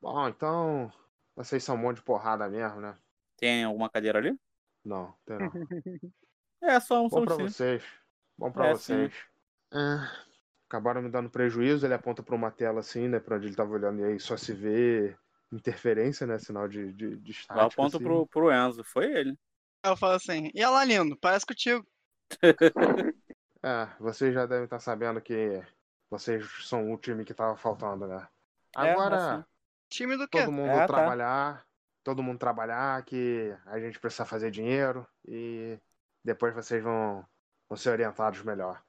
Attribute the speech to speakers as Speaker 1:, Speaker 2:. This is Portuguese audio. Speaker 1: Bom, então. Vocês são um monte de porrada mesmo, né?
Speaker 2: Tem alguma cadeira ali?
Speaker 1: Não, tem não.
Speaker 2: É, só um
Speaker 1: Bom
Speaker 2: som
Speaker 1: pra
Speaker 2: de si.
Speaker 1: vocês. Bom pra
Speaker 2: É,
Speaker 1: vocês. Ah, acabaram me dando prejuízo. Ele aponta pra uma tela assim, né? Pra onde ele tava olhando. E aí só se vê interferência, né? Sinal de, de, de
Speaker 2: Eu
Speaker 1: estática.
Speaker 2: aponto
Speaker 1: assim.
Speaker 2: pro, pro Enzo. Foi ele.
Speaker 3: Eu falo assim, e ela lindo, parece contigo.
Speaker 1: É, vocês já devem estar sabendo que vocês são o time que tava faltando, né?
Speaker 2: É,
Speaker 1: Agora,
Speaker 2: assim.
Speaker 3: Time do quê?
Speaker 1: todo mundo
Speaker 2: É, tá.
Speaker 1: trabalhar, todo mundo trabalhar, que a gente precisa fazer dinheiro e depois vocês vão, vão ser orientados melhor.